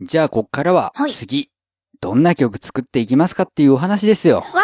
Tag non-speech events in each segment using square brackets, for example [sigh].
じゃあこっからははい、次、どんな曲作っていきますかっていうお話ですよ。ーいわ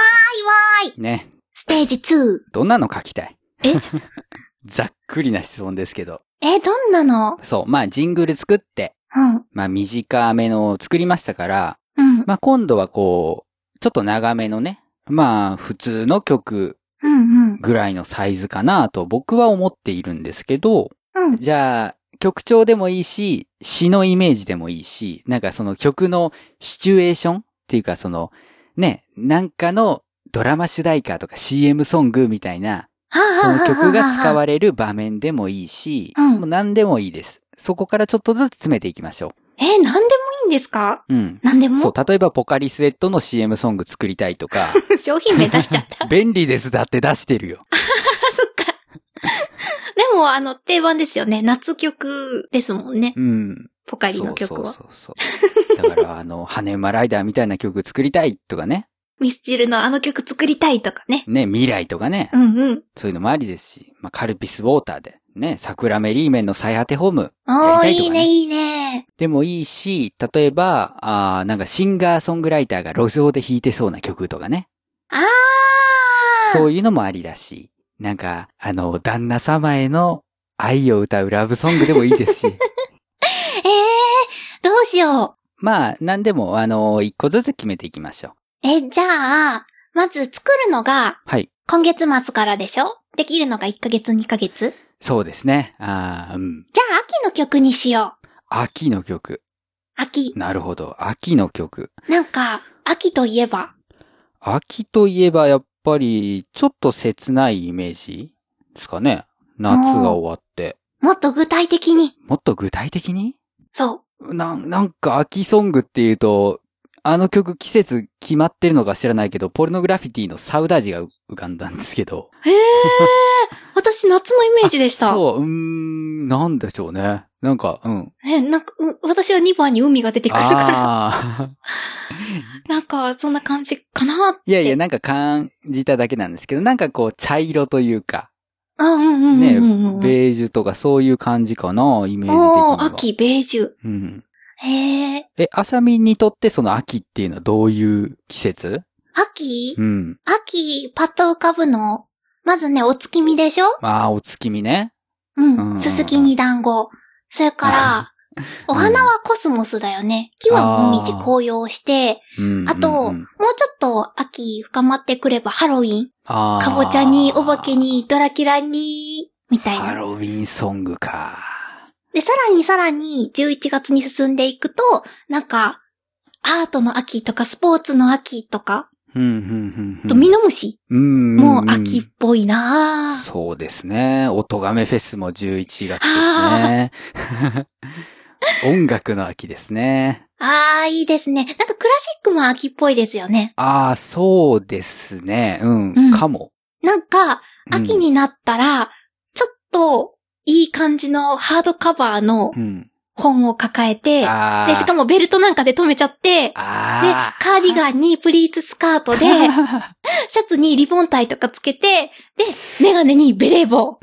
ーい。ね。ステージ 2! どんなの書きたいえ [laughs] ざっくりな質問ですけど。え、どんなのそう、まあジングル作って、うん。まあ短めのを作りましたから、うん。まあ今度はこう、ちょっと長めのね、まあ普通の曲うんうん。ぐらいのサイズかなと僕は思っているんですけど、うん。じゃあ、曲調でもいいし、詩のイメージでもいいし、なんかその曲のシチュエーションっていうかその、ね、なんかのドラマ主題歌とか CM ソングみたいな、はあはそあはあのはあ曲が使われる場面でもいいし、うんもう何でもいいです。そこからちょっとずつ詰めていきましょえ、なんでもいいんですかう。うん。なんでそもう、例えばポカリスエットの CM ソング作りたいと [laughs] か、商品名出しちゃ [laughs] った。あ、便利ですだって出してるよ。そっか。でも、あの、定番ですよね。夏曲ですもんね。うん。ポカリの曲は。そうそうそうそう。だから、あの、ハネマライダーみたいな曲作りたいとかね。ミスチルのあの曲作りたいとかね。ね、未来とかね。うんうん。そういうのもありですし、まあ、カルピスウォーターで、ね、桜メリーメンの最果てホームおー、やりたいいといかねね、いいね。でもいいし、例えば、あーなんかシンガーソングライターが路上で弾いてそうな曲とかね。あーそういうのもありだし、なんか、あの、旦那様への愛を歌うラブソングでもいいです [laughs] し。えー、どうしよまあ、なんでも、あの、一個ずつ決めていきましょう。う。え、じゃあ、まず作るのが、はい。今月末からでしょできるのが1ヶ月、2ヶ月そうですね。あーうん。じゃあ、秋の曲にしよう。秋の曲。秋。なるほど。秋の曲。なんか、秋といえば。秋といえばやっぱり、ちょっと切ないイメージですかね。夏が終わって。もっと具体的に。もっと具体的にそなん、なんか秋ソングっていうと、あの曲季節決まってるのか知らないけど、ポルノグラフィティのサウダージが浮かんだんですけど。う。 [laughs] へえ。私、夏のイメージでした。そう、うーん、なんでしょうね。なんか、うん。ね、なんか、う私は2番に海が出てくるから、ああ。 [laughs] なんか、そんな感じかなって。 [laughs] いやいや、なんか感じただけなんですけど、なんかこう、茶色というか、うんうんうんね、うんうんうん。ベージュとかそういう感じかな、イメージ的におは。ー、秋、ベージュ。うん。へえ。え、あさみんにとってその秋っていうのはどういう季節秋うん。秋、パッと浮かぶの。まずね、お月見でしょああ、お月見ね。ううんん。すすきに団子。それから、 [laughs] お花はコスモスだよね。木はもみじあー紅葉して、うん。あと、うんうもうんちょっと秋深まってくればハロウィン。あーかぼちゃに、お化け。に、ドラキュラに、みたいハな。ロウィンソングか。で、さらにさらに11月に進んでいくと、なんか、アートの秋とかスポーツの秋とか、うん、うん、うん。あとミノムシうん。もう秋っぽいうんなぁ。そうですね。おとがめフェスも11月ですね。 [laughs] 音楽の秋ですね。あー、いいですね。なんかクラシックも秋っぽいですよね。ああ、そうですね。うん。うんかも。なんか、うん秋。になったら、ちょっと、いい感じのハードカバーのうん。本を抱えて、ああ。で、しかもベルトなんかで留めちゃって、で、あカーディガンにプリーツスカートあ。で、シャツにリボンタイとかつけて、で、メガネにベレー帽。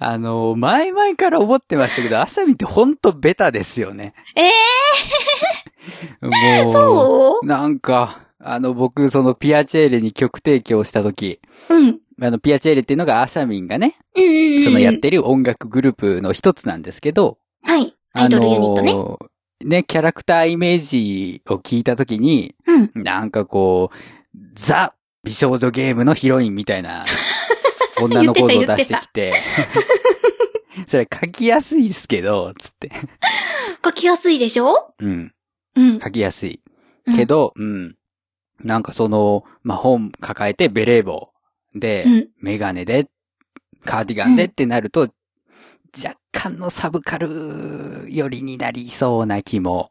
あの、前々から思ってましたけど、あさみってほんとベタですよね。ええもう、そうなんか、あの、僕、その、ピアチェーレに曲提供したとき、うん。うんあの、ピアチェーレっていうのがアシャミンがね、うんうん。そのやってる音楽グループの一つなんですけど、はい。アあイドルユニットね。の、ね、キャラクターイメージを聞いたときに、うん。なんかこう、ザ美少女ゲームのヒロインみたい [laughs] な、女の子を出してきて、 [laughs] それ書きやすいですけど、つって。書きやすいでしょうん。うん。書きやすい。けど、うん。なんかその、まあ、本抱えてベレー帽で、うんメガネで、カーディガンでうっんてなると、若干のサブカル寄りになりそうな気も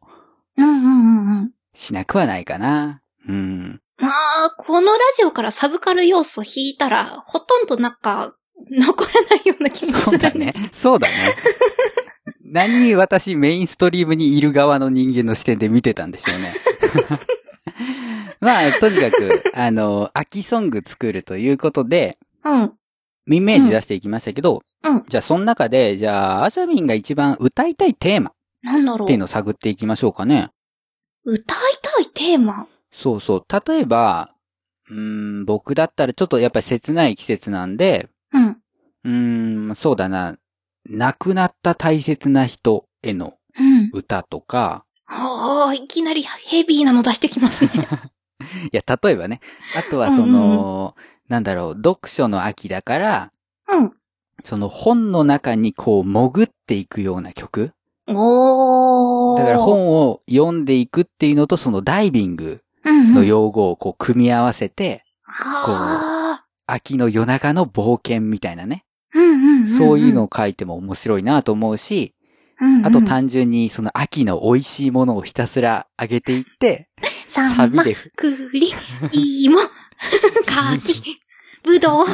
うん。うんうんうんうん。しなくはないかな。 [laughs] うん。まあ、このラジオからサブカル要素引いたら、ほとんどなんか、残らないような気もすそうる。だね。。そう [laughs] だね。何私メインストリームにいる側の人間の視点で見てたんでしょう [laughs] ね。 [laughs] まあ、とにかく、あの、秋ソング作るということで、うん。イメージ出していきましたけど、うんうんじゃあ、その中で、じゃあ、アシャミンが一番歌いたいテーマ。なんだろっうていう。のを探っていきましょうかね。歌いたいテーマ。そうそう。例えば、うーん、僕だったらちょっとやっぱり切ない季節なんで、うん。うーん、そうだな。亡くなった大切な人へのうん。歌とか、おー、いきなりヘビーなの出して [laughs] きますね。いや、例えばね。あとはその、なんだろう、読書の秋だから、うん。その本の中にこう潜っていくような曲おー。だから本を読んでいくっていうのとそのダイビングのの用語をこう組み合わせて、は秋の夜中の冒険みたいなね。ーうんうんうんんそういうのを書いても面白いなと思うし、うんうんあと単純にその秋の美味しいものをひたすらあげていって、ササンマビ、で、クリ、 [laughs] 芋、カキ、ブドウ。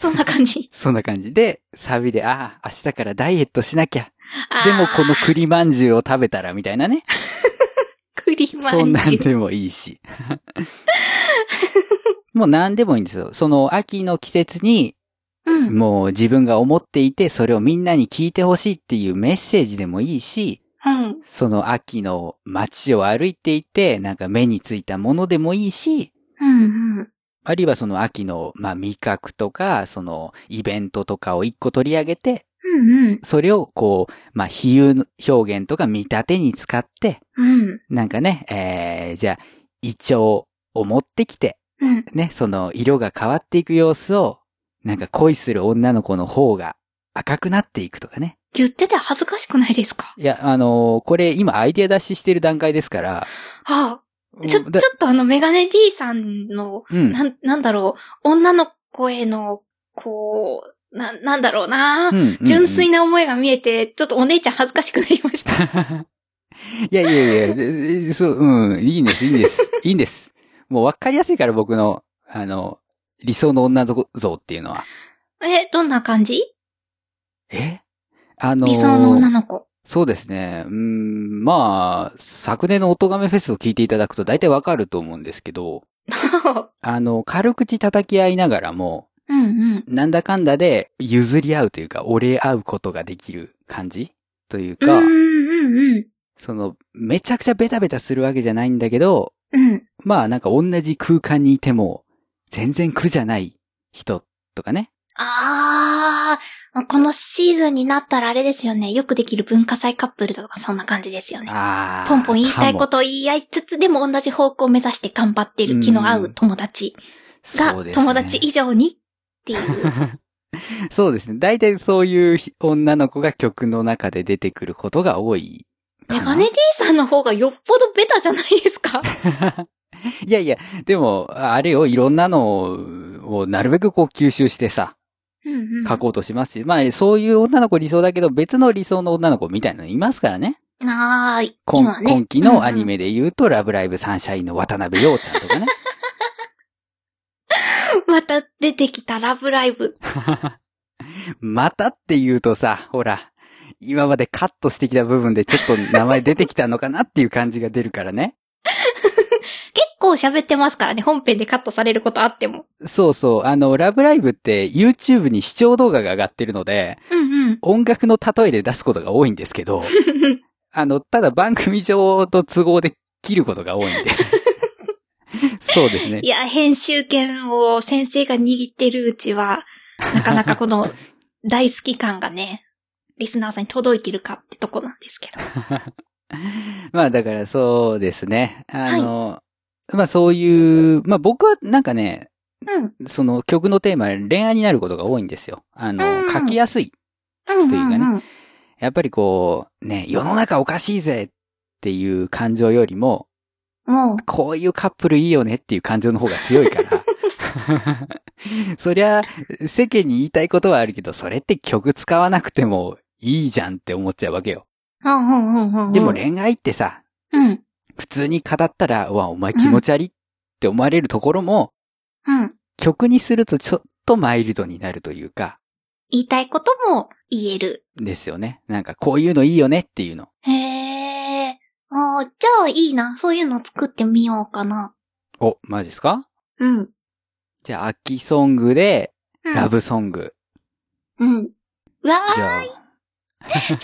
そんな感じ。そんな感じで、サビで、ああ、明日からダイエットしなきゃ。あーでもこの栗まんじゅうを食べたらみたいなね。栗まそんんなんじゅう。でもいい [laughs] し。もう何でもいいんですよ。その秋の季節に、うん。もう自分が思っていて、それをみんなに聞いてほしいっていうメッセージでもいいし、うん。その秋の街を歩いていて、なんか目についたものでもいいし、うん。うん。あるいはその秋の、まあ、味覚とか、そのイベントとかを一個取り上げて、うん。うんそれをこう、まあ、比喩の表現とか見立てに使って、うん。なんかね、えー、じゃあ、イチョウを持ってきて、うん。ね、その色が変わっていく様子を、なんか恋する女の子の方が赤くなっていくとかね。言ってて恥ずかしくないですか [laughs] いや、あのーこれ今アイデア出ししてる段階ですから。ああ。ちょ、ちょっだとあの、メガネ D さんの、うん。なん、なんだろう、女の子への、こう、な、なんだろうな、うんうん純粋な思いが見えて、ちょっとお姉ちゃん恥ずかしくなり [laughs] ました。いやいやいやで、そう、うん、いいんです、いいんです、いいんです。もうわかりやすいから僕の、あの、理想の女像っていうのは。え、どんな感じえあのー理想の女の子。 [laughs] そうですね。うーん、まあ、昨年のおとがめフェスを聞いていただくと大体わかると思うんですけど、あの、軽口叩き合いながらも、うんうん。なんだかんだで譲り合うというか、折れ合うことができる感じといううんか、うんうん。その、めちゃくちゃベタベタするわけじゃないんだけど、うん。まあなんか同じ空間にいても、全然苦じゃない人とかね。あー、このシーズンになったらあれですよね。よくできる文化祭カップルとかそんな感じですよね。ああ。ポンポン言いたかいこもとを言い合いつつ、でも同じ方向を目指して頑張ってる気の合う友達がそうですね友達以上にって [laughs] いう。そうですね。大体そういうひ女の子が曲の中で出てくることが多いメかな。ガネ D さんの方がよっぽどベタじゃないで [laughs] すか。いやいや、でも、あれよ、いろんなのをなるべくこう吸収してさ、うんうん。書こうとしますし、まあそういう女の子理想だけど、別の理想の女の子みたいなのいますからね。なーい。 [laughs] 今今ね今期のアニメで言うと、ラブライブサンシャインの渡辺陽ちゃんとかね。 [laughs] また出てきたラブライブ。またって言うとさ、ほら、今までカットしてきた部分でちょっと名前出てきたのかなっていう感じが出るからね。結構喋ってますからね、本編でカットされることあっても。そうそう、あの、ラブライブって YouTube に視聴動画が上がってるので、うん音楽の例えで出すことが多いんですけど、うん。あの、ただ番組上と都合で切ることが多いんで。そうですねい。や、編集権を先生が握ってるうちは、なかなか [laughs] この大好き感がね、リスナーさんに届いてるかってとこなんですけど。まあだからそうですね。あの、まあそういう、まあ僕はなんかね、うん。その曲のテーマ、恋愛になることが多いんですよ。あの、うん書きやすい。うん、うん。というかうん。やっぱりこう、ね、世の中おかしいぜっていう感情よりも、もう、こういうカップルいいよねっていう感情の方が強いから。 [laughs] [laughs] そりゃ、世間に言いたいことはあるけど、それって曲使わなくてもいいじゃんって思っちゃうわけよ。うん、うん、うんうんうん。でも恋愛ってさ、うん。普通に語ったら、うわ、お前気持ち悪いって思われるところも、うん。曲にするとちょっとマイルドになるというか、言いたいことも言える。ですよね。なんかこういうのいいよねっていうの。へえ。あーじゃあいいな。そういうの作ってみようかな。お、マジですかうん。うんじゃあ、秋ソングで、ラ。ブソング。うん。うわーじゃあ、ちゃんとした曲の一曲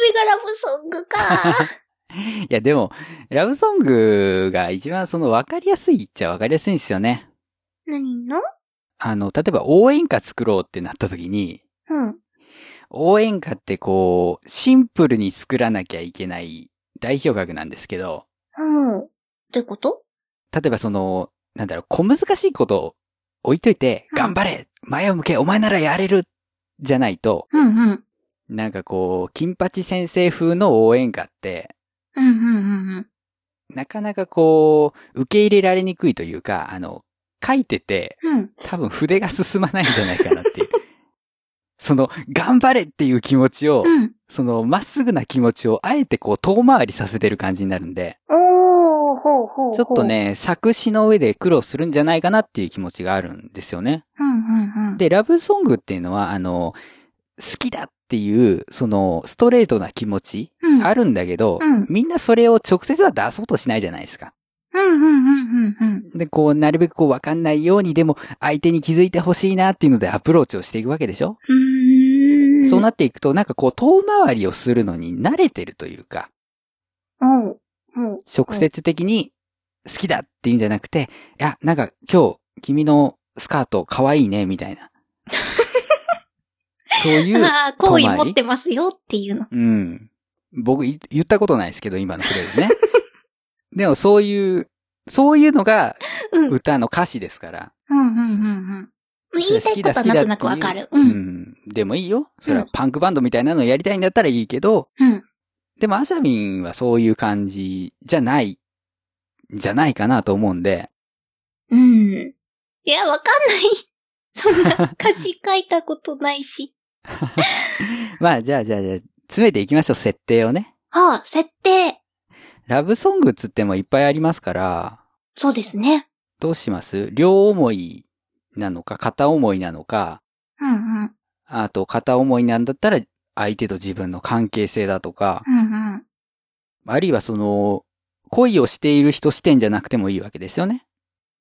目がラブソングか。 [laughs] いや、でも、ラブソングが一番その分かりやすいっちゃ分かりやすいんですよね。何のあの、例えば応援歌作ろうってなった時に、うん。応援歌ってこう、シンプルに作らなきゃいけない代表格なんですけど、うん。どういうこと例えばその、なんだろう、小難しいことを置いといて、うん頑張れ前を向けお前ならやれるじゃないと、うんうん。なんかこう、金八先生風の応援歌って、うんうんうんうん。なかなかこう、受け入れられにくいというか、あの、書いてて、うん。多分筆が進まないんじゃないかなっていう。 [laughs] その、頑張れっていう気持ちを、うん。その、まっすぐな気持ちをあえてこう、遠回りさせてる感じになるんで、おー、ほうほうほう。ちょっと。ね、作詞の上で苦労するんじゃないかなっていう気持ちがあるんですよね。うんうんうん。、で、ラブソングっていうのは、あの、好きだっていう、その、ストレートな気持ち、うん。あるんだけど、うんみんなそれを直接は出そうとしないじゃないですか。うんうんうんうんうん。で、こう、なるべくこう、わかんないように、でも、相手に気づいてほしいなっていうのでアプローチをしていくわけでしょ、うーん。そうなっていくと、なんかこう、遠回りをするのに慣れてるというか、おう。おう。直接的に、好きだっていうんじゃなくて、いや、なんか今日、君のスカート可愛いね、みた [laughs] いな。そういう、ああ、好意持ってますよっていうの。うん。僕い言ったことないですけど、今のフレーズね。 [laughs] でもそういう、そういうのがうん。うん歌の歌詞ですから。うんうんうん。言いたいことはなんとなくわかる。う、うんん。でもいいよ。それはパンクバンドみたいなのやりたいんだったらいいけど、うん。でもアシャミンはそういう感じじゃない、じゃないかなと思うんで、うん。いや、わかんない。そんな歌詞書いたことないし。まあじゃあじゃあじゃあ、詰めていきましょう、設定をね。ああ、設定。ラブソングっつってもいっぱいありますから、そうですね。どうします両思いなのか、片思いなのか、うんうん。あと片思いなんだったら相手と自分の関係性だとか、うんうん。あるいはその、恋をしている人視点じゃなくてもいいわけですよね。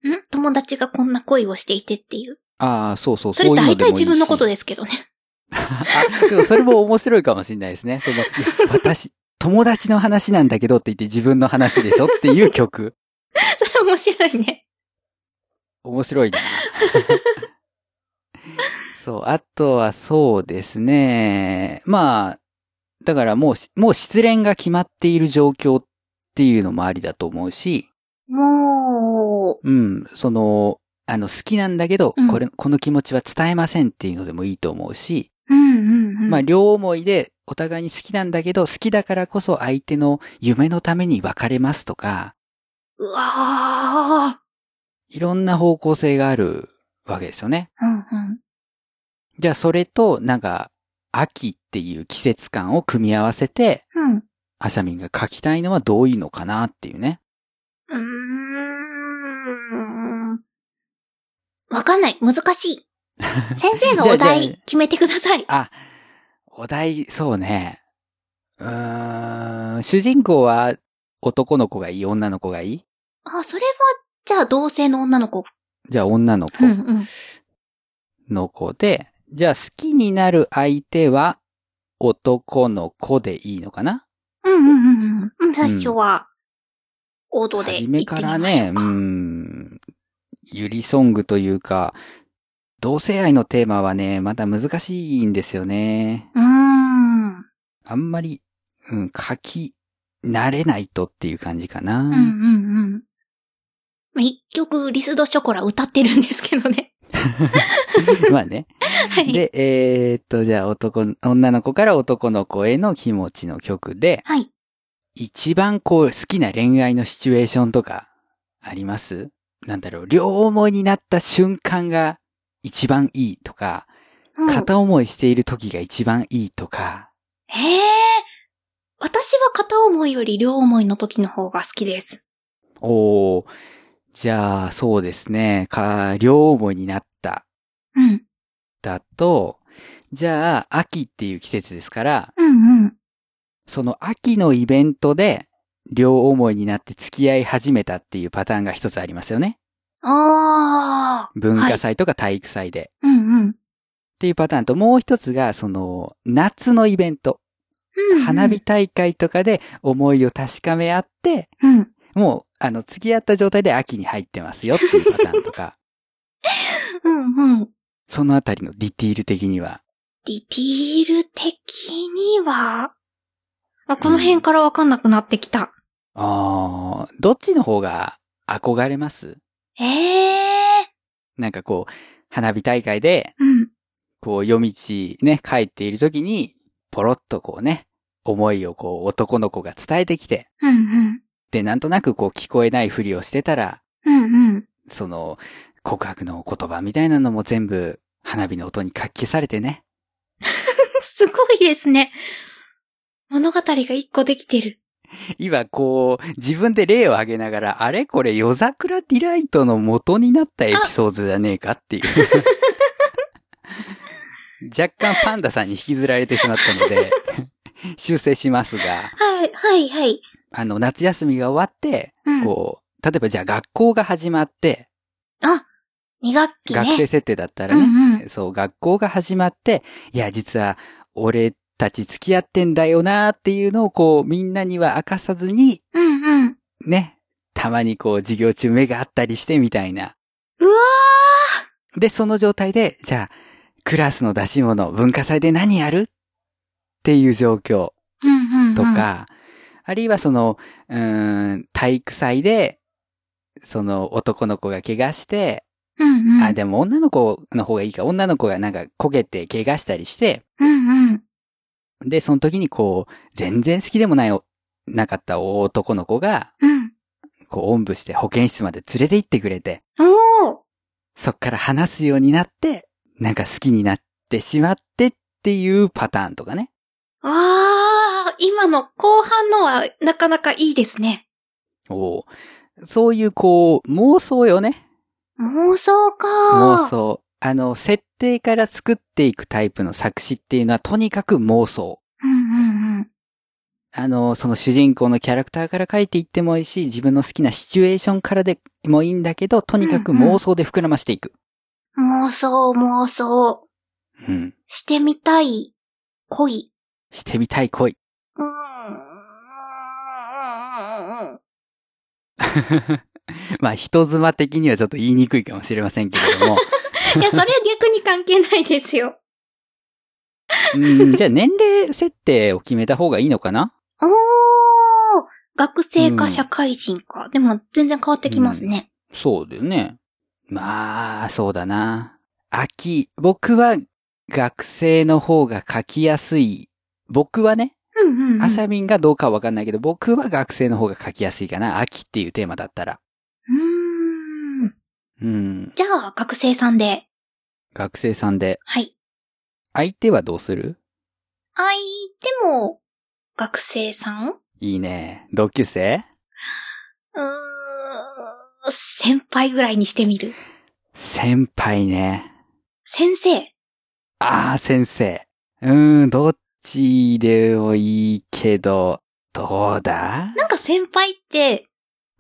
ん友達がこんな恋をしていてっていう。ああ、そうそう、そうれいう大体自分のことでですけどね。もいいし。あ、でもそれも面白いかもしれないですね。その、いや私、友達の話なんだけどって言って自分の話でしょっていう曲。それ面白いね。面白いな。 [laughs] そう、あとはそうですね。まあ、だからもうし、もう失恋が決まっている状況っていうのもありだと思うし、もうん、その、あの、好きなんだけど、うんこれ、この気持ちは伝えませんっていうのでもいいと思うし、う。うんうんうん。まあ、両思いでお互いに好きなんだけど、好きだからこそ相手の夢のために別れますとか、うわいろんな方向性があるわけですよね。ーうんうん。じゃあ、それと、なんか、秋っていう季節感を組み合わせて、うん。アシャミンが書きたいのはどういうのかなっていうね。うーん。わかんない。難し [laughs] い。先生がおじゃあじゃ題あ決めてください。あ、お題、そうね。うーん、主人公は男の子がいい、女の子がいいあ、それは、じゃあ同性の女の子。じゃあ女の子うんうん。の子で、じゃあ好きになる相手は男の子でいいのかなうんうんうんうん。うん、最初は、王道で初行めっかてらみましょね、ううか。ん、ゆりソングというか、同性愛のテーマはね、また難しいんですよね。うーん。あんまり、うん、書き慣れないとっていう感じかな。うんうんうんまあ。一曲、リスドショコラ歌ってるんですけどね。 [laughs] まあね。はい。で、えーっと、じゃあ男の、女の子から男の子への気持ちの曲で、はい。一番こう好きな恋愛のシチュエーションとかありますなんだろう、両思いになった瞬間が一番いいとか、うん、え片思いしている時が一番いいとか、え私は片思いより両思いの時の方が好きです。おー、じゃあそうですね、か、両思いになったうん。だと、じゃあ秋っていう季節ですから、うんうん。その秋のイベントで両思いになって付き合い始めたっていうパターンが一つありますよね。ああ。文化祭とか体育祭で。うんうん。っていうパターンと、もう一つが、その、夏のイベント。うんうん花火。大会とかで思いを確かめ合って、うん。もう、あの、付き合った状態で秋に入ってますよっていうパターンと [laughs] か、うんうん。そのあたりのディティール的には、ディティール的には、あ、この辺からわかんなくなってきた。あーどっちの方が憧れますええなんかこう、花火大会で、ー。うん。こう、夜道ね、帰っている時に、ポロッとこうね、思いをこう、男の子が伝えてきて、うんうん。で、なんとなくこう、聞こえないふりをしてたら、うんうん。その、告白の言葉みたいなのも全部、花火の音にかき消されてね。 [laughs] すごいですね。物語が一個できてる。今こう、自分で例を挙げながら、あれこれ夜桜ディライトの元になったエピソードじゃねえか [laughs] っていう。若干パンダさんに引きずられてしまったので、修正しますが、はい、はい、はい。あの、夏休みが終わって、うん。こう、例えばじゃあ学校が始まって、あ、二学期ね。学生設定だったらうね、んうん。そう、学校が始まって、いや、実は、俺たち付き合ってんだよなーっていうのをこう、みんなには明かさずに、うんうん。ね、たまにこう、授業中目があったりしてみたいな。うわで、その状態で、じゃあ、クラスの出し物、文化祭で何やるっていう状況ーうんうん、うん。と。か、あるいはその、うーん、体育祭で、その男の子が怪我して、うんうん。あ、でも女の子の方がいいか、女の子がなんか焦げて怪我したりして、うんうん。で、その時にこう、全然好きでもないお、なかった男の子が、うん。こう、おんぶして保健室まで連れて行ってくれて、おーそっから話すようになって、なんか好きになってしまってっていうパターンとかね。あー、今の後半のはなかなかいいですね。おうそういうこう、妄想よね。妄想か妄ー。想。あの、設定から作っていくタイプの作詞っていうのはとにかく妄想。うんうんうん。あの、その主人公のキャラクターから書いていってもいいし、自分の好きなシチュエーションからでもいいんだけど、とにかく妄想で膨らましていく。妄想、妄想。うん。してみたい。恋。してみたい恋。うーん。うんうんうんまあ、人妻的にはちょっと言いにくいかもしれませんけれども。いや、それは逆に関係ないですよ。うん、じゃあ年齢設定を決めた方がいいのかな [laughs] おー学生うかん社会人か。でも全然変わってきますね。そうだよね。まあ、そうだな。秋、僕は学生の方が書きやすい。僕はね、うんうん、うん。アシャミンがどうかはわかんないけど、僕は学生の方が書きやすいかな。秋っていうテーマだったら。うーん。うん。じゃあ、学生さんで。学生さんで、はい。相手はどうする相手も、学生さんういいね。同級生ーん。先輩ぐらいにしてみる。先輩ね。先生。あー、先生。うーん、どっちでもいいけど、どうだなんか先輩って、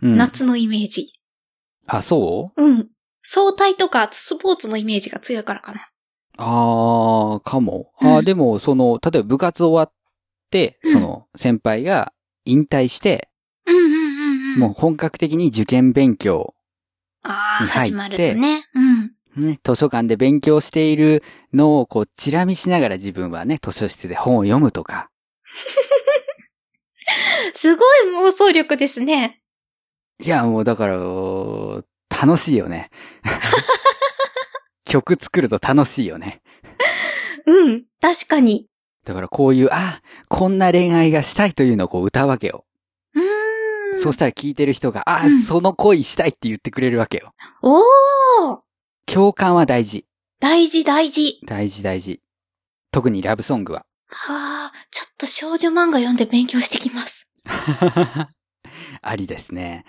うん。夏のイメージ。あ、そううん。相対とかスポーツのイメージが強いからかな。あー、かも。あうー、んでも、その、例えば部活終わって、うんその、先輩が引退して、うんうんうんうん。もう本格的に受験勉強、ああ、に入って始まるとね。うん。ね図書館で勉強しているのを、こう、チラ見しながら自分はね、図書室で本を読むとか。すごい妄想力ですね。いや、もうだから、楽しいよ [laughs] ね。曲作ると楽しいよね。うん。確かに。だからこういう、あ、こんな恋愛がしたいというのをこう歌うわけよ。うーん。そうしたら聴いてる人が、あうん、その恋したいって言ってくれるわけよ。おー共感は大事。大事大事。大事大事。特にラブソングは。 [laughs] はあ、ちょっと少女漫画読んで勉強してきます。ありですね。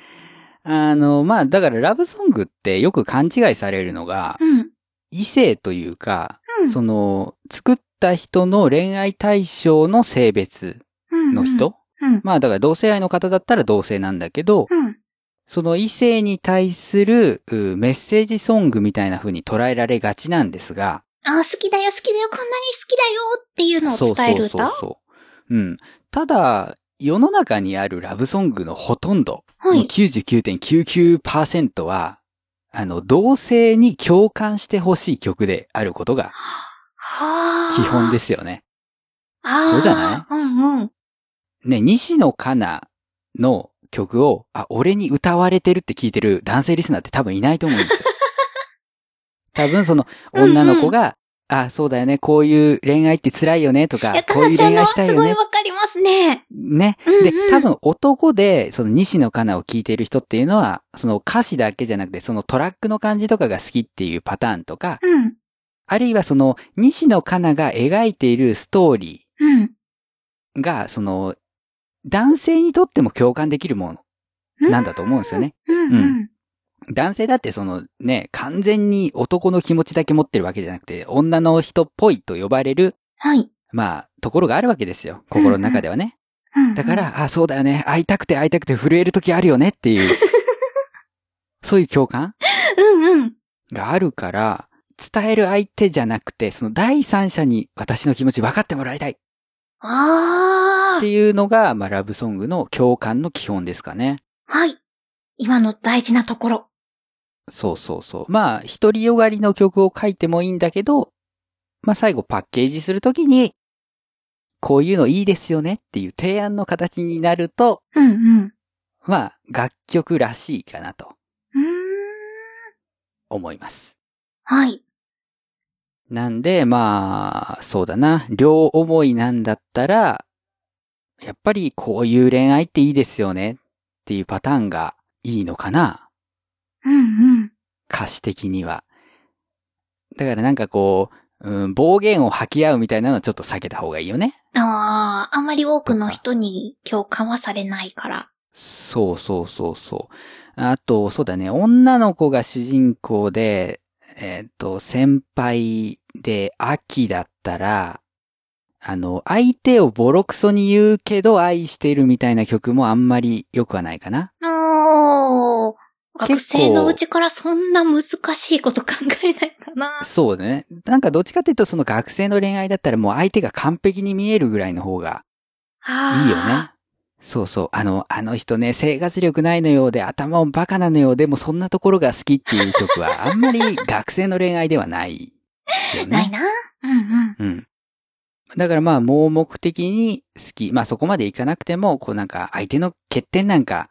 あの、まあ、だからラブソングってよく勘違いされるのがう、ん。異性というか、うん。その、作った人の恋愛対象の性別うんうんの人、うん。まあ、だから同性愛の方だったら同性なんだけど、うん。その異性に対するうメッセージソングみたいな風に捉えられがちなんですが、あ、好きだよ、好きだよ、こんなに好きだよっていうのを伝えるそう歌そうそうそう。うん。ただ、世の中にあるラブソングのほとんど、はい。 99.99%は、あの、同性に共感してほしい曲であることがはあ。。基本ですすよね。ああ。そうじゃないうんうん。ね、西野カナの曲を、あ、俺に歌われてるって聞いてる男性リスナーって多分いないと思うんですよ。 [laughs] 多分その女の子が、あ、そうだよね、こういう恋愛って辛いよねといや、か、かこうないうちゃん恋の愛はしたいすよごねいわかりますね。ね。うんうんで、多分男で、その西野カナを聴いてる人っていうのは、その歌詞だけじゃなくて、そのトラックの感じとかが好きっていうパターンとか、うん。あるいはその西野カナが描いているストーリうん。ーが、その、男性にとっても共感できるもうのんなんだと思うんですよね。うんうん。男性だってそのね、完全に男の気持ちだけ持ってるわけじゃなくて、女の人っぽいと呼ばれる、はい。まあ、ところがあるわけですよ。心の中ではね。うんうんだか、ら、あ、そうだよね。会いたくて会いたくて震える時あるよねって [laughs] いう、そういう共感うんうん。があるから、伝える相手じゃなくて、その第三者に私の気持ち分かってもらいたいっあていうのが、まあ、ラブソングの共感の基本ですかね。あ。はい。今の大事なところ。そうそうそう。まあ、独りよがりの曲を書いてもいいんだけど、まあ最後パッケージするときに、こういうのいいですよねっていう提案の形になると、うんうん。まあ、楽曲らしいかなとうーん。思います。はい。なんで、まあ、そうだな。両思いなんだったら、やっぱりこういう恋愛っていいですよねっていうパターンがいいのかな。うんうん。歌詞的には。だからなんかこう、うん、暴言を吐き合うみたいなのはちょっと避けた方がいいよね。ああ、あんまり多くの人に共感はされないから。そうそうそうそう。あと、そうだね。女の子が主人公で、えーっと、先輩で、秋だったら、あの、相手をボロクソに言うけど愛してるみたいな曲もあんまり良くはないかな。おー。学結構生のうちからそんな難しいこと考えないかな。そうだね。なんかどっちかっていうとその学生の恋愛だったらもう相手が完璧に見えるぐらいの方がああ。いいよね。そうそう。あの、あの人ね、生活力ないのようで頭もバカなのようでもそんなところが好きっていう曲 [laughs] はあんまり学生の恋愛ではないよないね。な。うんうん。うん。だからまあ盲目的に好き。まあそこまでいかなくても、こうなんか相手の欠点なんか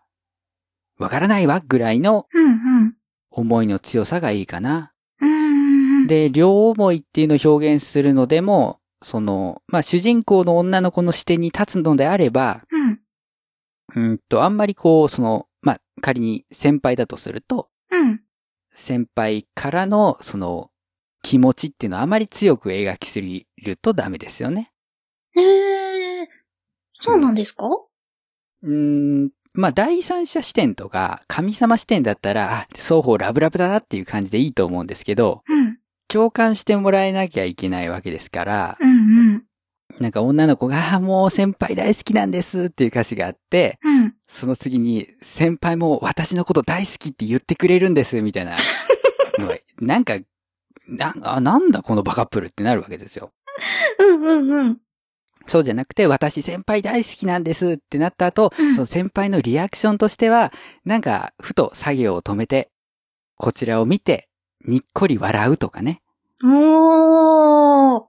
わからないわぐらいのうんうん。思いの強さがいいかな。うんうんうん。で、両思いっていうのを表現するのでも、その、まあ主人公の女の子の視点に立つのであれば、うん。うんと、あんまりこう、その、まあ、仮に先輩だとすると、うん。先輩からの、その、気持ちっていうのはあまり強く描きすぎるとダメですよね。えー、そうなんですかうーん、まあ、第三者視点とか、神様視点だったら、あ、双方ラブラブだなっていう感じでいいと思うんですけど、うん。共感してもらえなきゃいけないわけですから、うんうん。なんか女の子が、あもう先輩大好きなんですっていう歌詞があって、うん。その次に、先輩も私のこと大好きって言ってくれるんです、みた [laughs] いな。もうなんか、なんあなんだこのバカップルってなるわけですよ。うんうんうん。そうじゃなくて、私先輩大好きなんですってなった後、うんその先輩のリアクションとしては、なんか、ふと作業を止めて、こちらを見て、にっこり笑うとかね。おー。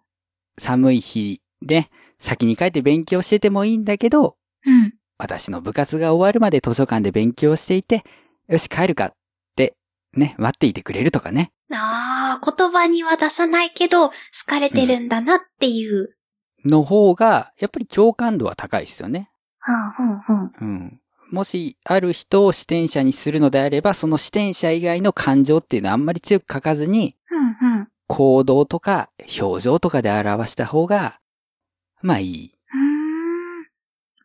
寒い日で、先に帰って勉強しててもいいんだけど、うん。私の部活が終わるまで図書館で勉強していて、よし帰るかって、ね、待っていてくれるとかね。ああ、言葉には出さないけど、好かれてるんだなっていう。の方が、やっぱり共感度は高いですよね。はあ、はあ、はあ。うん。もし、ある人を視点者にするのであれば、その視点者以外の感情っていうのはあんまり強く書かずに、うん、うん。行動とか表情とかで表した方が、まあいいう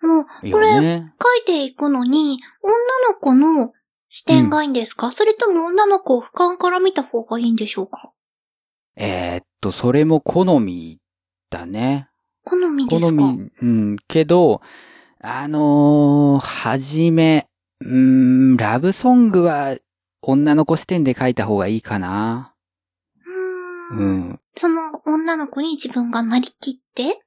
ーん。もう、こよれ、書いね。ていくのに、女の子の視点がいいんですか、それとも女の子を俯瞰から見た方がいいんでしょうかえーっと、それも好みだね。好みで好すかみ、うん、けど、あのーはじめ、うーん、ラブソングは女の子視点で書いた方がいいかな。うーんうん。その女の子に自分がなりきって、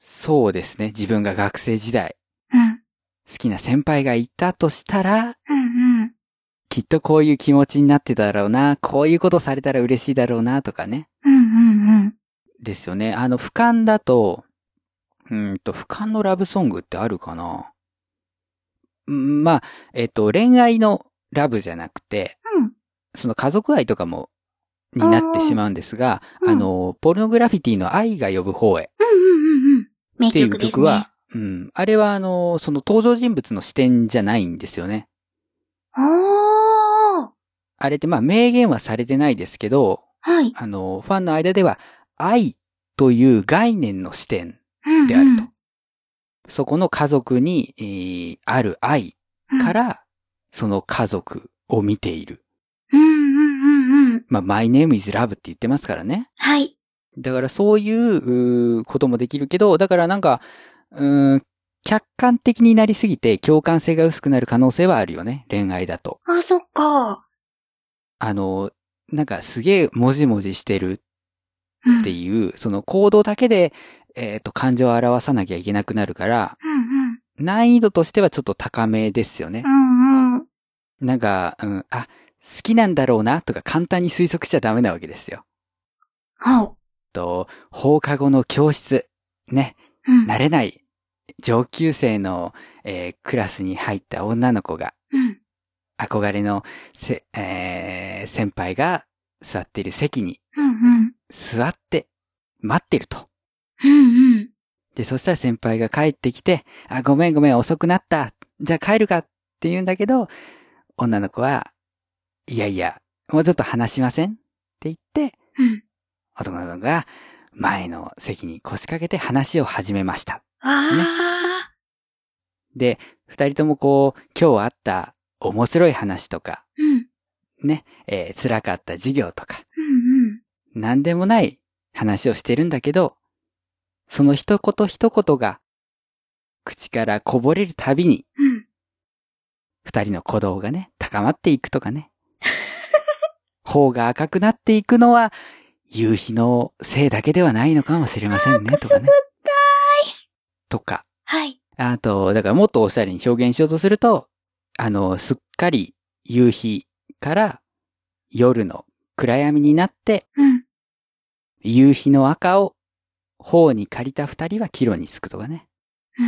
そうですね。自分が学生時代、うん、好きな先輩がいたとしたら、うん、うん。きっとこういう気持ちになってただろうな、こういうことされたら嬉しいだろうな、とかね。うんうんうん。ですよね。あの、俯瞰だと、うーんと、俯瞰のラブソングってあるかなうんまあ、えっ、と、恋愛のラブじゃなくて、うん。その家族愛とかも、になってしまうんですが、あーうんあの、ポルノグラフィティの愛が呼ぶ方へうんうんうんうん。名っていう曲です曲ね。は、うん、あれはあの、その登場人物の視点じゃないんですよね。おー。あれってまあ明言はされてないですけど、はい。あの、ファンの間では、愛という概念の視点、うん、うん。であるとそこの家族に、えーある愛か。ら、その家族を見ている。うんうんうんうん。まあ、my name is love って言ってますからね。はい。だからそういう、うーこともできるけど、だからなんか、うーん、客観的になりすぎて共感性が薄くなる可能性はあるよね。恋愛だと。あ、そっか。あの、なんかすげえもじもじしてるうん。っていう、その行動だけで、えっ、と、感情を表さなきゃいけなくなるから、うんうん。難易度としてはちょっと高めですよねう。んうん。なんか、うん、あ、好きなんだろうなとか簡単に推測しちゃダメなわけですよ。ほと、放課後の教室、ね、う。うん。慣れない上級生の、えークラスに入った女の子が、うん。憧れのせ、えー先輩が座っている席にうんうん。座って待ってると。うんうん。で、そしたら先輩が帰ってきて、あ、ごめんごめん遅くなった。じゃあ帰るかって言うんだけど、女の子は、いやいや、もうちょっと話しませんって言って、うん。男の子が前の席に腰掛けて話を始めました。ああ。で、二人ともこう、今日あった面白い話とか、うん。ね、えー辛かった授業とか、うんうん。なんでもない話をしてるんだけど、その一言一言が、口からこぼれるたびに、うん。二人の鼓動がね、高まっていくとかね。頬が赤くなっていくのは、夕日のせいだけではないのかもしれませんね、とかね。とか。はい。あと、だからもっとおしゃれに表現しようとすると、あの、すっかり夕日から夜の暗闇になって、うん。夕日の赤を頬に借りた二人は帰路につくとかね。うー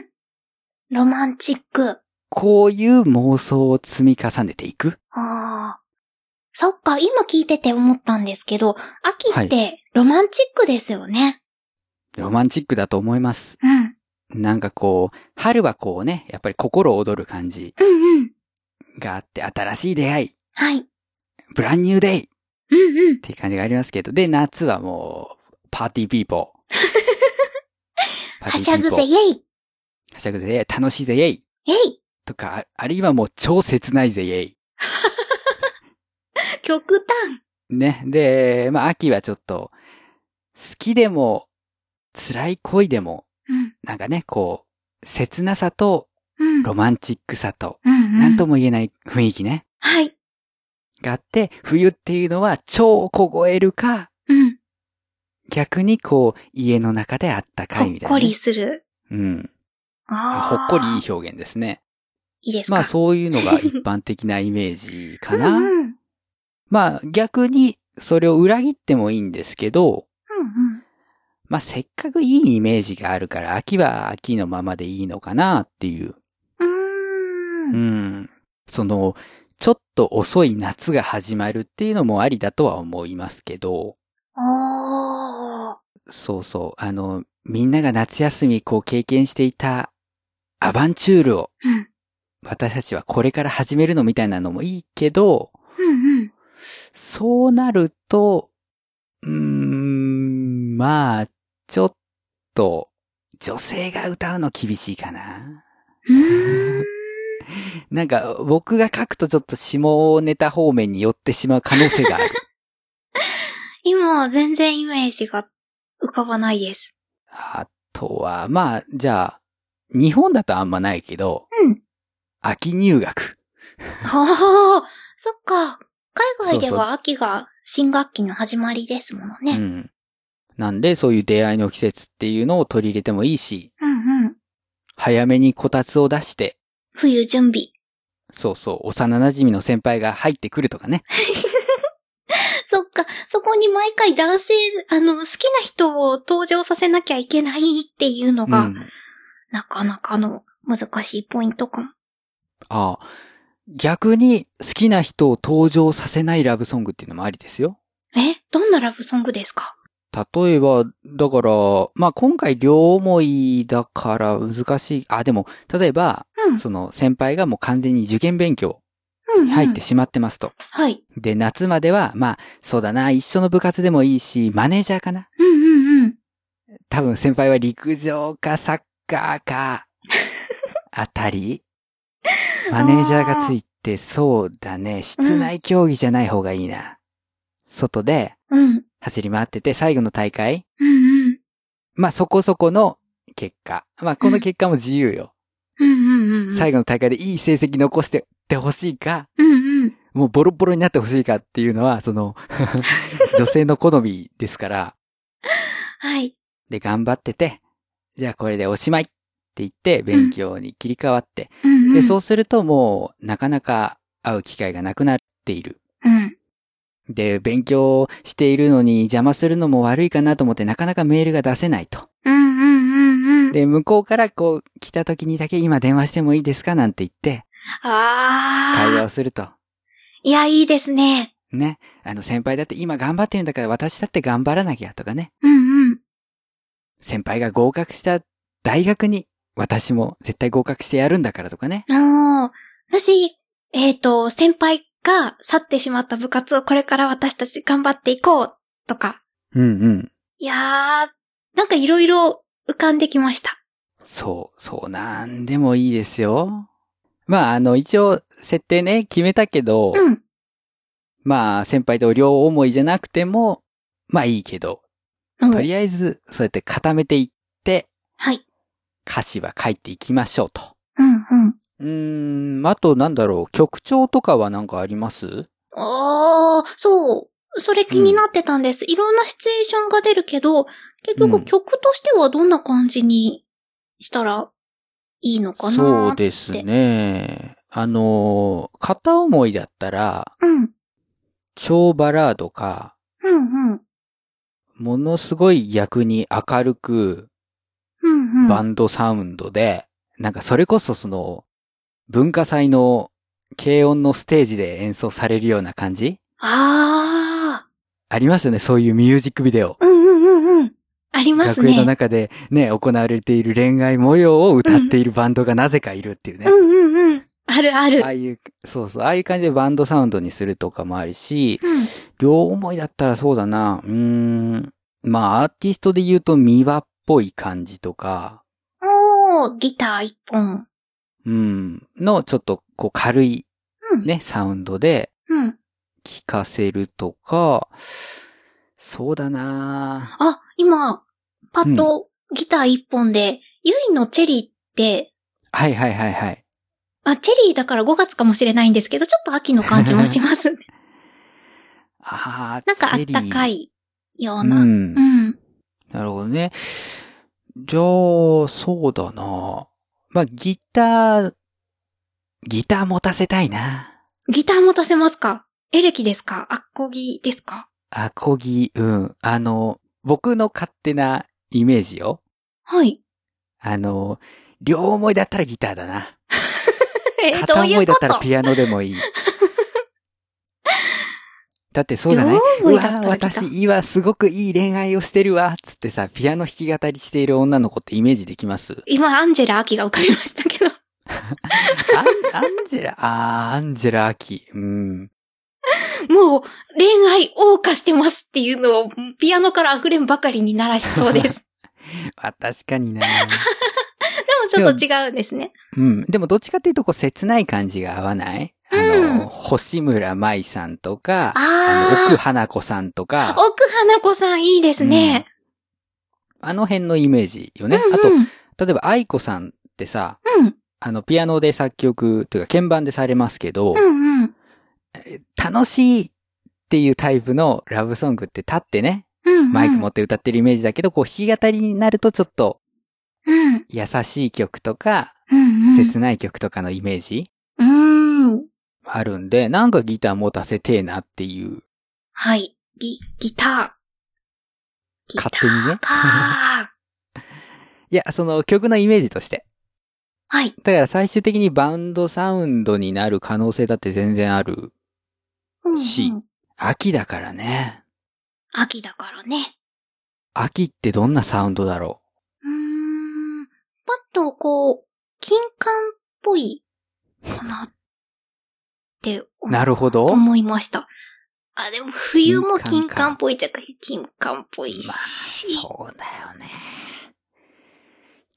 ん。ロマンチック。こういう妄想を積み重ねていく。ああ。そっか、今聞いてて思ったんですけど、秋ってロマンチックですよね。ロマンチックだと思います。うん。なんかこう、春はこうね、やっぱり心躍る感じうんうん。があって、新しい出会い、はい。ブランニューデイっうんうん。ていう感じがありますけど、で、夏はもう、パーティーピーポ [laughs] ー。パーはティしゃーピぐーポぜ、ーイェイはしゃぐぜ、楽しいぜ、イェイイェイとか、ああるいはもう超切ないぜ、イェイ極ね。で、まあ、秋はちょっと、好きでも、辛い恋でも、端うん。なんかね、こう、切なさと、うん。ロマンチックさと、うんうん。なんとも言えない雰囲気ね。はい。があって、冬っていうのは超凍えるか、うん。逆にこう、家の中であったかほいっみたいなこね、りする。うん。あほああ。っこりいい表現ですね。いいですかまあそういうのが一般的なイメージかな。うんうん。まあ逆にそれを裏切ってもいいんですけど、うんうん。まあせっかくいいイメージがあるから、秋は秋のままでいいのかなっていう。ううーん。ん。その、ちょっと遅い夏が始まるっていうのもありだとは思いますけど、おー。そうそう。あの、みんなが夏休みこう経験していたアバンチュールをうん。私たちはこれから始めるのみたいなのもいいけど、うんうん。そうなると、うーん、まあ、ちょっと、女性が歌うの厳しいかな。うーん。なんか、僕が書くとちょっと下ネタ方面に寄ってしまう可能性がある。今、全然イメージが浮かばないです。あとは、まあ、じゃあ、日本だとあんまないけど、うん。秋入学。はあ、そっか。海外では秋が新学期の始まりですものうね。ん。なんで、そういう出会いの季節っていうのを取り入れてもいいし、うんうん。早めにこたつを出して、冬準備。 [laughs] そうそう、幼馴染の先輩が入ってくるとかね。そっか、そこに毎回男性、あの、好きな人を登場させなきゃいけないっていうのうん。が、あなかなかの難しいポイントかも。あ。逆に好きな人を登場させないラブソングっていうのもありですよ。えどんなラブソングですか例えば、だから、まあ、今回両思いだから難しい。あ、でも、例えば、うん。その先輩がもう完全に受験勉強うん、うん。に入って。しまってますと。はい。で、夏までは、まあ、そうだな、一緒の部活でもいいし、マネージャーかな。うんうんうん。多分先輩は陸上かサッカーか、 [laughs] あたりマネージャーがついて、そうだね、室内競技じゃない方がいいな。外でうん。走り回ってて、最後の大会うんうん。まあそこそこの結果。まあこの結果も自由よ。うんうんうんうん。最後の大会でいい成績残してってほしいか、うんうん。もうボロボロになってほしいかっていうのは、そ [laughs] の、女性の好みですから、はい。で、頑張ってて、じゃあこれでおしまいって言って、勉強に切り替わって、うん、うん。で、そうするともう、なかなか会う機会がなくなっている。うん。で、勉強しているのに邪魔するのも悪いかなと思って、なかなかメールが出せないと。うんうんうんうん。で、向こうからこう、来た時にだけ今電話してもいいですかなんて言って、会話ああ。をすると。いや、いいですね。ね。あの、先輩だって今頑張ってるんだから私だって頑張らなきゃとかね。うんうん。先輩が合格した大学に私も絶対合格してやるんだからとかね。あのー、私、えっ、と、先輩が去ってしまった部活をこれから私たち頑張っていこうとか。うんうん。いやー、なんかいろいろ浮かんできました。そう、そうなんでもいいですよ。まあ、あの、一応、設定ね、決めたけど、うん。まあ、先輩と両思いじゃなくても、まあいいけど、うんとりあえず、そうやって固めていって、はい。歌詞は書いていきましょうと。うんうん。うーん、あとなんだろう、曲調とかはなんかありますあー、そう。それ気になってたんです。いろんなシチュエーションが出るけど、結う局ん曲としてはどんな感じにしたらいいのかなそうですね。あの、片思いだったら、うん。超バラードか、うんうん。ものすごい逆に明るく、うんうん。バンドサウンドで、なんかそれこそその、文化祭の軽音のステージで演奏されるような感じあありますよね、そういうミュージックビデオ。ー。うんうんうんうん。あります学園のね。中でね、行われている恋愛模様を歌っているバンドがなぜかいるっていうねう。んうんうん。あるある。ああいう、そうそう、ああいう感じでバンドサウンドにするとかもあるし、うん。両思いだったらそうだな、うーん、まあアーティストで言うとミワっぽい感じとか、おー、ギター一本。うん、のちょっとこう軽いうん。ね、サウンドで、うん。聞かせるとか、そうだなぁあ、今、パッとギター一本で、ゆいのチェリーって、はいはいはいはい。あ、チェリーだから5月かもしれないんですけど、ちょっと秋の感じもしま [laughs] すね。ああ、なんかあっチェリーたか。いよううな。うん。ん。なるほどね。じゃあ、そうだなぁまあ、ギター、ギター持たせたいなギター持たせますかエレキですかアッコギですかアコギ、うん。あの、僕の勝手なイメージよ。はい。 [laughs] あの、両思いだったらギターだな。え、ど片うい思いうだこっとたらピアノでも [laughs] いい。だってそうじゃないう両思いだったらわギターー私、今すごくいい恋愛をしてるわ。つってさ、ピアノ弾き語りしている女の子ってイメージできます [laughs] 今、アンジェラ・アキが浮かびましたけど。アンアンジェラ、あー、アンジェラ・アキ。うん。もう、恋愛謳歌してますっていうのを、ピアノから溢れんばかりにならしそうです。あ確かにな [laughs] でもちょっと違うんですね。うん。でもどっちかっていうと、こう、切ない感じが合わないあの、うん星村舞さんとか、あのー奥花子さんとか、奥花子さんいいですね。あの辺のイメージよね。うんうん、あと、例えば愛子さんってさ、うん、あの、ピアノで作曲というか、鍵盤でされますけど、うん、うん。楽しいっていうタイプのラブソングって立ってね、うん、うん。マイク持って歌ってるイメージだけど、こう弾き語りになるとちょっとうん。うん。優しい曲とか、うん。切ない曲とかのイメージうん。あるんで、なんかギター持たせてえなっていう。はい。ギ、ギター。ギタ勝手にねー [laughs] か。いや、その曲のイメージとして。はい。だから最終的にバンドサウンドになる可能性だって全然ある。うんうん C 秋だからね。秋だからね。秋ってどんなサウンドだろうーん。パッとこう、金管っぽいかなってう思なるほど。思いました。あ、でも冬も金管金か管っぽいじゃん金管っぽいまあし。そうだよね。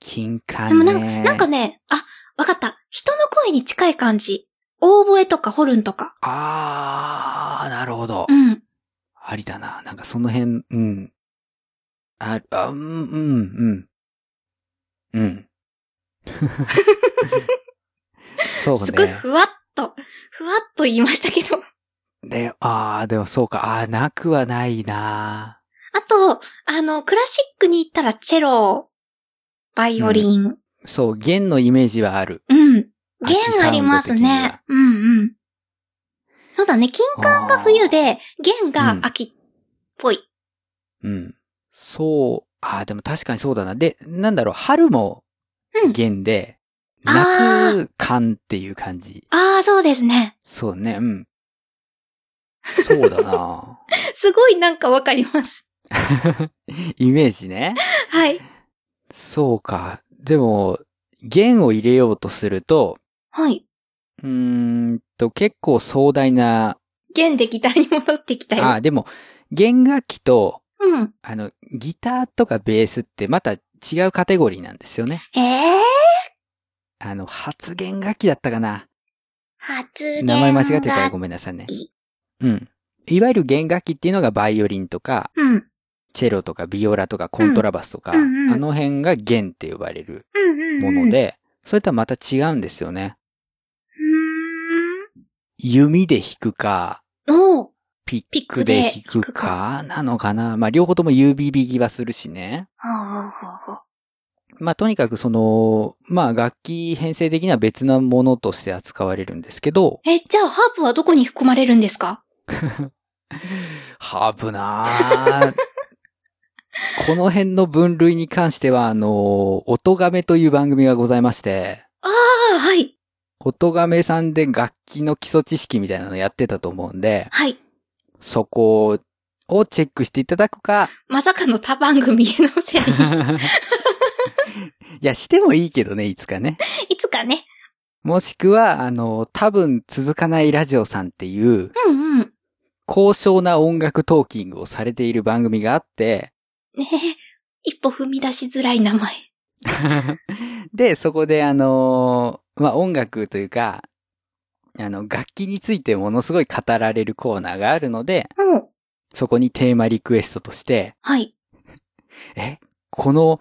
金で管もなんか、ね。なんかね、あ、わかった。人の声に近い感じ。オーボエとかホルンとか。あー、なるほどう。ん。ありだな。なんかその辺、うん。あ、あうん、うん、うん。 [laughs] うん。そうね。すごいふわっと、ふわっと言いましたけど。で、あー、でもそうか。あー、なくはないな。あと、あの、クラシックに行ったらチェロ、バイオリン。そう、弦のイメージはある。うん。秋弦ありますサウンド的にねは。うんうん。そうだね。金管が冬で、弦が秋っぽい。うん。そう。ああ、でも確かにそうだな。で、なんだろう、春もうん弦で、あー夏感っていう感じ。ああ、そうですね。そうね、うん。そうだなすごいなんかわかります。 [laughs] [laughs] イメージね。はい。そうか。でも、弦を入れようとすると、はい。うーんと、結構壮大な、弦でギターに戻ってきたあよ。あ、でも、弦楽器と、うん。あの、ギターとかベースってまた違うカテゴリーなんですよね。ええー、あの、発言楽器だったかな。発言が。名前間違ってたらごめんなさいね弦楽。うん。いわゆる弦楽器っていうのがバイオリンとか、うん。うんチェロとかビオラとかコントラバスとか、うんうんうんあの辺が弦って呼ばれるうん、うもん。の。で、それとはまた違うんですよね。う弓で弾くか、ーん。おう。ピピッッククでで弾弾くくかか、なのかな。まあ、両方とも指弾きはするしね。はあ、はあはあはあ、まあ、とにかくその、まあ、楽器編成的には別なものとして扱われるんですけど、え、じゃあ、ハープはどこに含まれるんですかハープなぁ [laughs] この辺の分類に関しては、あの、音亀という番組がございまして、ああ、はい。音亀さんで楽器の基礎知識みたいなのやってたと思うんで、はい。そこをチェックしていただくか、まさかの他番組へのせい。 [laughs] いや、してもいいけどね、いつかね。いつかね。もしくは、あの、多分続かないラジオさんっていう、うんうん。高尚な音楽トーキングをされている番組があって、ねえ、一歩踏み出しづらい名前。で、そこであのーまあ、音楽というか、あの、楽器についてものすごい語られるコーナーがあるので、うん。そこにテーマリクエストとして、はい。え、この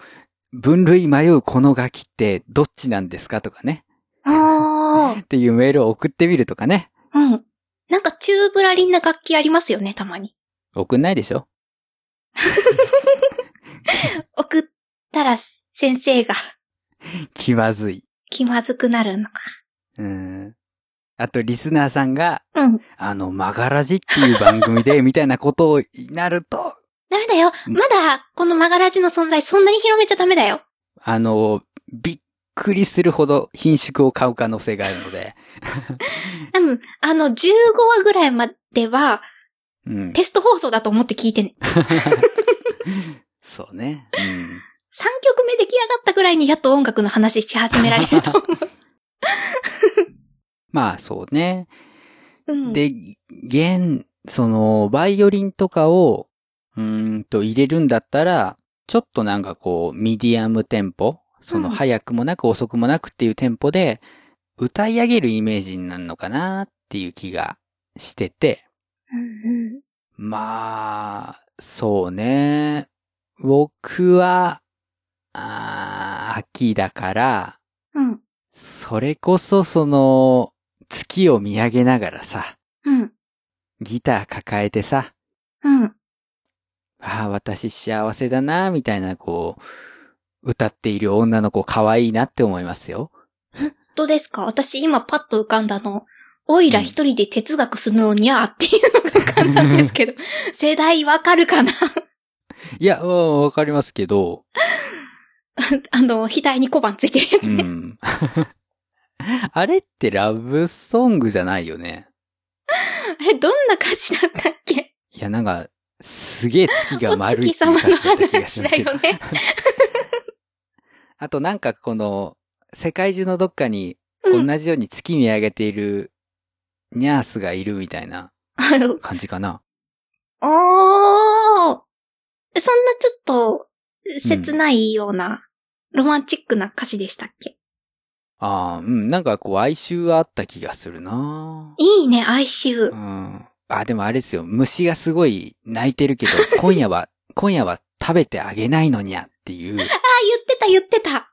分類迷うこの楽器ってどっちなんですかとかね、あっていうメールを送ってみるとかね。あ。うん。なんかチューブラリンな楽器ありますよね、たまに。送んないでしょ送ったら先生が気まずい。気まずくなるのか。うん。あと、リスナーさんが、うん。あの、マガラジっていう番組で、みたいなことをなると、ダメだよ。うんまだ、このマガラジの存在そんなに広めちゃダメだよ。あの、びっくりするほど品種を買う可能性があるので。多分、あの、15話ぐらいまでは、うん。テスト放送だと思って聞いてね。そうね。 [laughs] 3曲目出来上がったぐらいにやっと音楽の話し始めら [laughs] れると思まあそうね。う。うん。で、弦、その、バイオリンとかを、うーんと入れるんだったら、ちょっとなんかこう、ミディアムテンポ、そのうん早くもなく遅くもなくっていうテンポで、歌い上げるイメージになるのかなっていう気がしてて。うんうん。まあ、そうね。僕は、あー秋だから、うん。それこそその、月を見上げながらさ、うん。ギター抱えてさ、うん。ああ、私幸せだな、みたいな、こう、歌っている女の子可愛いなって思います [laughs] よ。どうですか私今パッと浮かんだの、オイラ一人で哲学するのにゃーっていうのが浮かんだんです [laughs] けど、世代わかるかないや、うんわかりますけど、あの、額に小判ついてる [laughs] やうつね。ん。あれってラブソングじゃないよね。あれ、どんな歌詞だったっけいや、なんか、すげえ月がお丸い月っていう歌詞だ様のった気がし話ますだけどよ。ね。あとなんかこの、世界中のどっかにう同ん。じように月見上げているニャースがいるみたいなあの感じかな。おーそんなちょっと、切ないような、ロマンチックな歌詞でしたっけ、ああ、うん、なんかこう哀愁はあった気がするないいね、哀愁う。ん。あ、でもあれですよ。虫がすごい泣いてる [laughs] けど、今夜は、今夜は食べてあげないのにゃっていう、あ、言ってた、言ってた。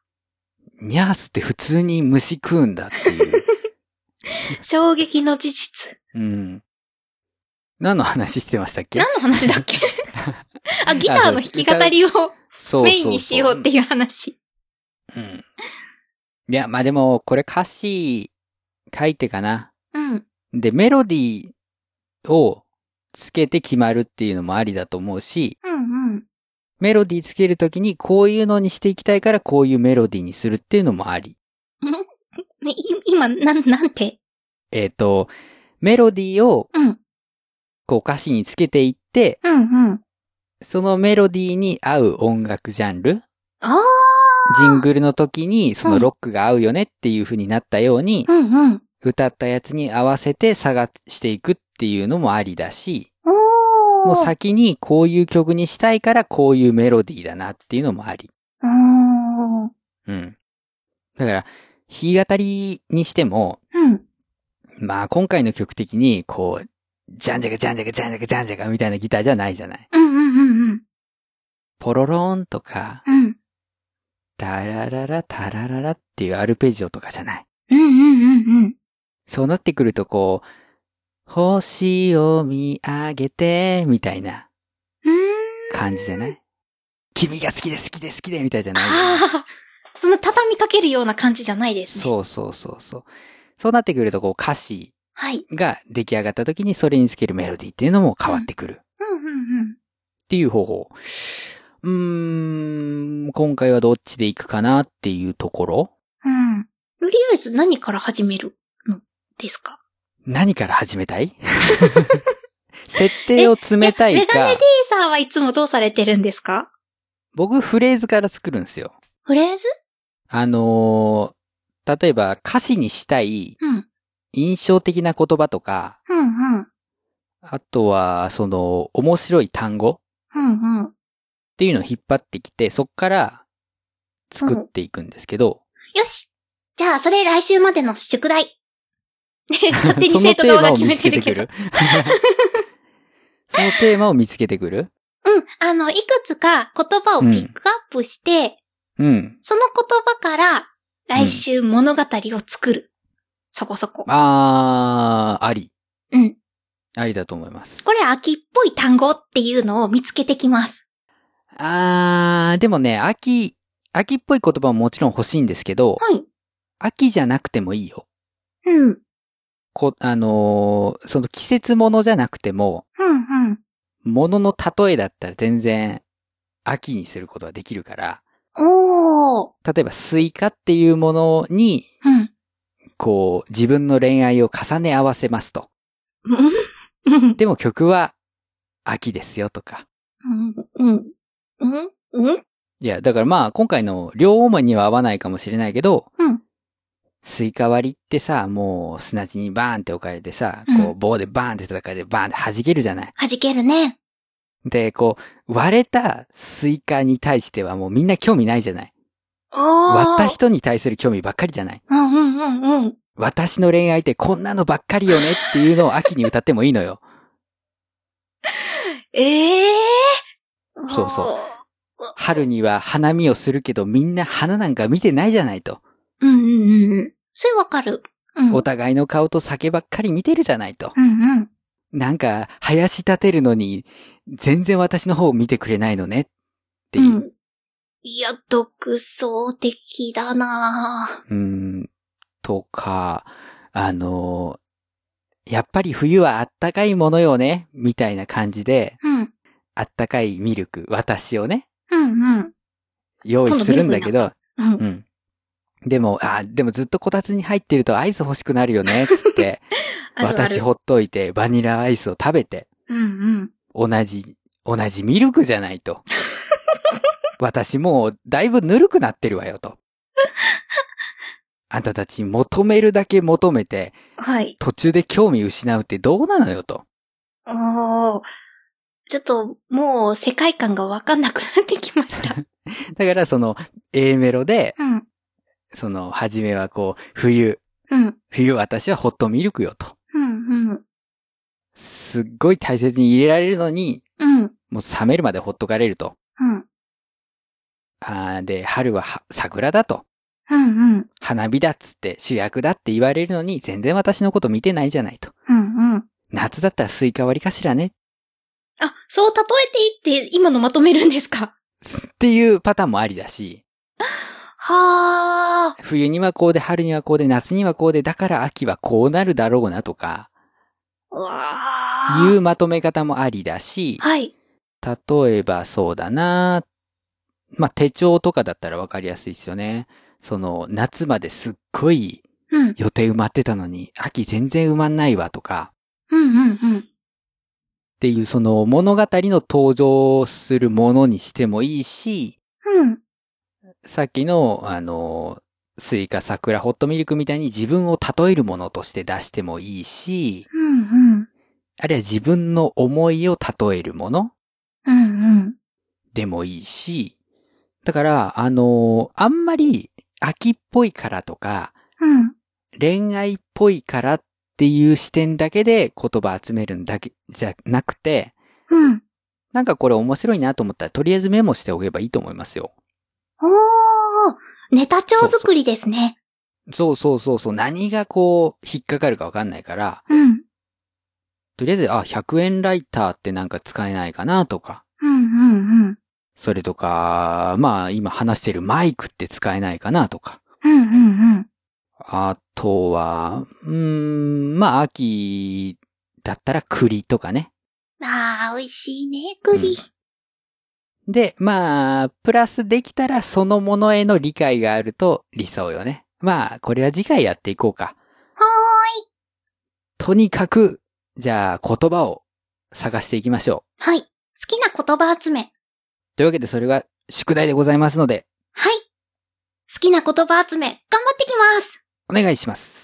ニャースって普通に虫食うんだって [laughs] いう。衝撃の事実。うん。何の話してましたっけ何の話だ [laughs] っけあ、ギターの弾き語りをそうそうそうメインにしようっていう話。うん。いや、まあでも、これ歌詞書いてかな。うん。で、メロディーをつけて決まるっていうのもありだと思うし、うんうん。メロディーつけるときにこういうのにしていきたいからこういうメロディーにするっていうのもあり。ね、い今、なん、なんて。えっ、と、メロディーをうん。こう歌詞につけていって、うんうん。そのメロディーに合う音楽ジャンル、ああ。ジングルの時にそのロックが合うよねっていう風になったように、うんうん。歌ったやつに合わせて探していくっていうのもありだし、おー。もう先にこういう曲にしたいからこういうメロディーだなっていうのもあり。おー。うん。だから、弾き語りにしても、うん。まあ今回の曲的に、こう、じゃんじゃかじゃんじゃかじゃんじゃかじゃんじゃかみたいなギターじゃないじゃない。うんうんうんうん。ポロローンとか、うん。タラララタラララっていうアルペジオとかじゃない。うんうんうんうん。そうなってくるとこう、星を見上げて、みたいな。うーん。感じじゃない君が好きで好きで好きでみたいじゃないああ。そんな畳みかけるような感じじゃないですね。う。そうそうそうそう。そうなってくると、こう歌詞はい。が出来上がった時にそれにつけるメロディーっていうのも変わってくるっうんうんうん。ていう方法。うーん、今回はどっちで行くかなっていうところうん。とりあえず何から始めるのですか何から始めた [laughs] い [laughs] 設定を詰めたえいメガかネ、A さんはいつもどうされてるんですか僕フレーズから作るんですよ。フレーズあのー例えば歌詞にしたいうん。印象的な言葉とか、うんうん。あとは、その、面白い単語っうんうん。ていうのを引っ張ってきて、そっから作っていくんですけど、よしじゃあ、それ来週までの宿題。ね、勝手にそのテ生徒ー側マがを決見めつてけてるくけるど。。 [laughs] そのテーマを見つけてくるうん。あの、いくつか言葉をピックアップして、うん。その言葉から来週物語を作る。そこそこ。あー、あり。うん。ありだと思いますこ。れ秋っぽい単語っていうのを見つけてきます。あー、でもね、秋、秋っぽい言葉ももちろん欲しいんですけど、はい。秋じゃなくてもいいよ。うん。うん、こ、あのーその季節ものじゃなくても、うん。ものの例えだったら全然、秋にすることはできるから、おー。例えばスイカっていうものに、うん。こう、自分の恋愛を重ね合わせますと。うん。でも曲は、秋ですよとか。うん。うん。うん。うん。いや、だからまあ、今回の両思いには合わないかもしれないけど、うんスイカ割りってさ、もう砂地にバーンって置かれてさ、こうう、棒でバーンって叩かれてバーンって弾けるじゃない。弾けるね。で、こう、割れたスイカに対してはもうみんな興味ないじゃない。おー。割った人に対する興味ばっかりじゃない。うんうんうんうん。私の恋愛ってこんなのばっかりよねっていうのを秋に歌ってもいいの [laughs] よ。ええー。そうそうう。春には花見をするけどみんな花なんか見てないじゃないと。うんうんうんうん。それわかる。うん。うおん互いの顔と酒ばっかり見てるじゃないと。うん。なんか、林立てるのに、全然私の方を見てくれないのね。っていうう。ん。いや、独創的だなぁ。うーん、とか、あの、やっぱり冬はあったかいものよね、みたいな感じで、うん。あったかいミルク、私をね、うんうん。用意するんだけど、うん。うん。でも、あ、でもずっとこたつに入ってるとアイス欲しくなるよね、つって、 [laughs] あるある私ほっといてバニラアイスを食べて、うんうん。同じ、同じミルクじゃない [laughs] と。私もうだいぶぬるくなってるわよと。あんたたち求めるだけ求めて、はい。途中で興味失うってどうなのよと。おー。ちょっと、もう世界観がわかんなくなってきました。だからその A メロで、うん。その初めはこう、冬、うん。冬私はホットミルクよと。うんうん。すっごい大切に入れられるのに、うん。もう冷めるまでほっとかれると。うん。あーで、春はは桜だと。うんうん。花火だっつって主役だって言われるのに全然私のこと見てないじゃないと。うんうん。夏だったらスイカ割りかしらね。あ、そう例えていいって今のまとめるんですかっていうパターンもありだし、はあ。冬にはこうで、春にはこうで、夏にはこうで、だから秋はこうなるだろうなとか、うわいあ。うまとめ方もありだし、はい。例えばそうだなまあ、手帳とかだったらわかりやすいですよね。その、夏まですっごいうん。予定埋まってたのに、秋全然埋まんないわとか、うんうんうん。っていうその物語の登場するものにしてもいいし、うん。さっきの、あの、スイカ、桜、ホットミルクみたいに自分を例えるものとして出してもいいし、うんうん。あるいは自分の思いを例えるものうんうん。でもいいし、だから、あのあんまり秋っぽいからとか、うん。恋愛っぽいからっていう視点だけで言葉集めるんだけ、じゃなくて、うん。なんかこれ面白いなと思ったら、とりあえずメモしておけばいいと思いますよ。おー。ネタ帳作りですね。そうそうそうそう、何がこう、引っかかるかわかんないから、うん。とりあえず、あ、100円ライターってなんか使えないかなとか、うんうんうん。それとか、まあ今話してるマイクって使えないかなとか、うんうんうん。あとは、うーん、まあ、秋だったら栗とかね。あー、美味しいね、栗。で、まあ、プラスできたらそのものへの理解があると理想よね。まあ、これは次回やっていこうか。はとにかく、じゃあ言葉を探していきましょう。はい。好きな言葉集め。というわけでそれが宿題でございますので、はい。好きな言葉集め、頑張ってきますお願いします。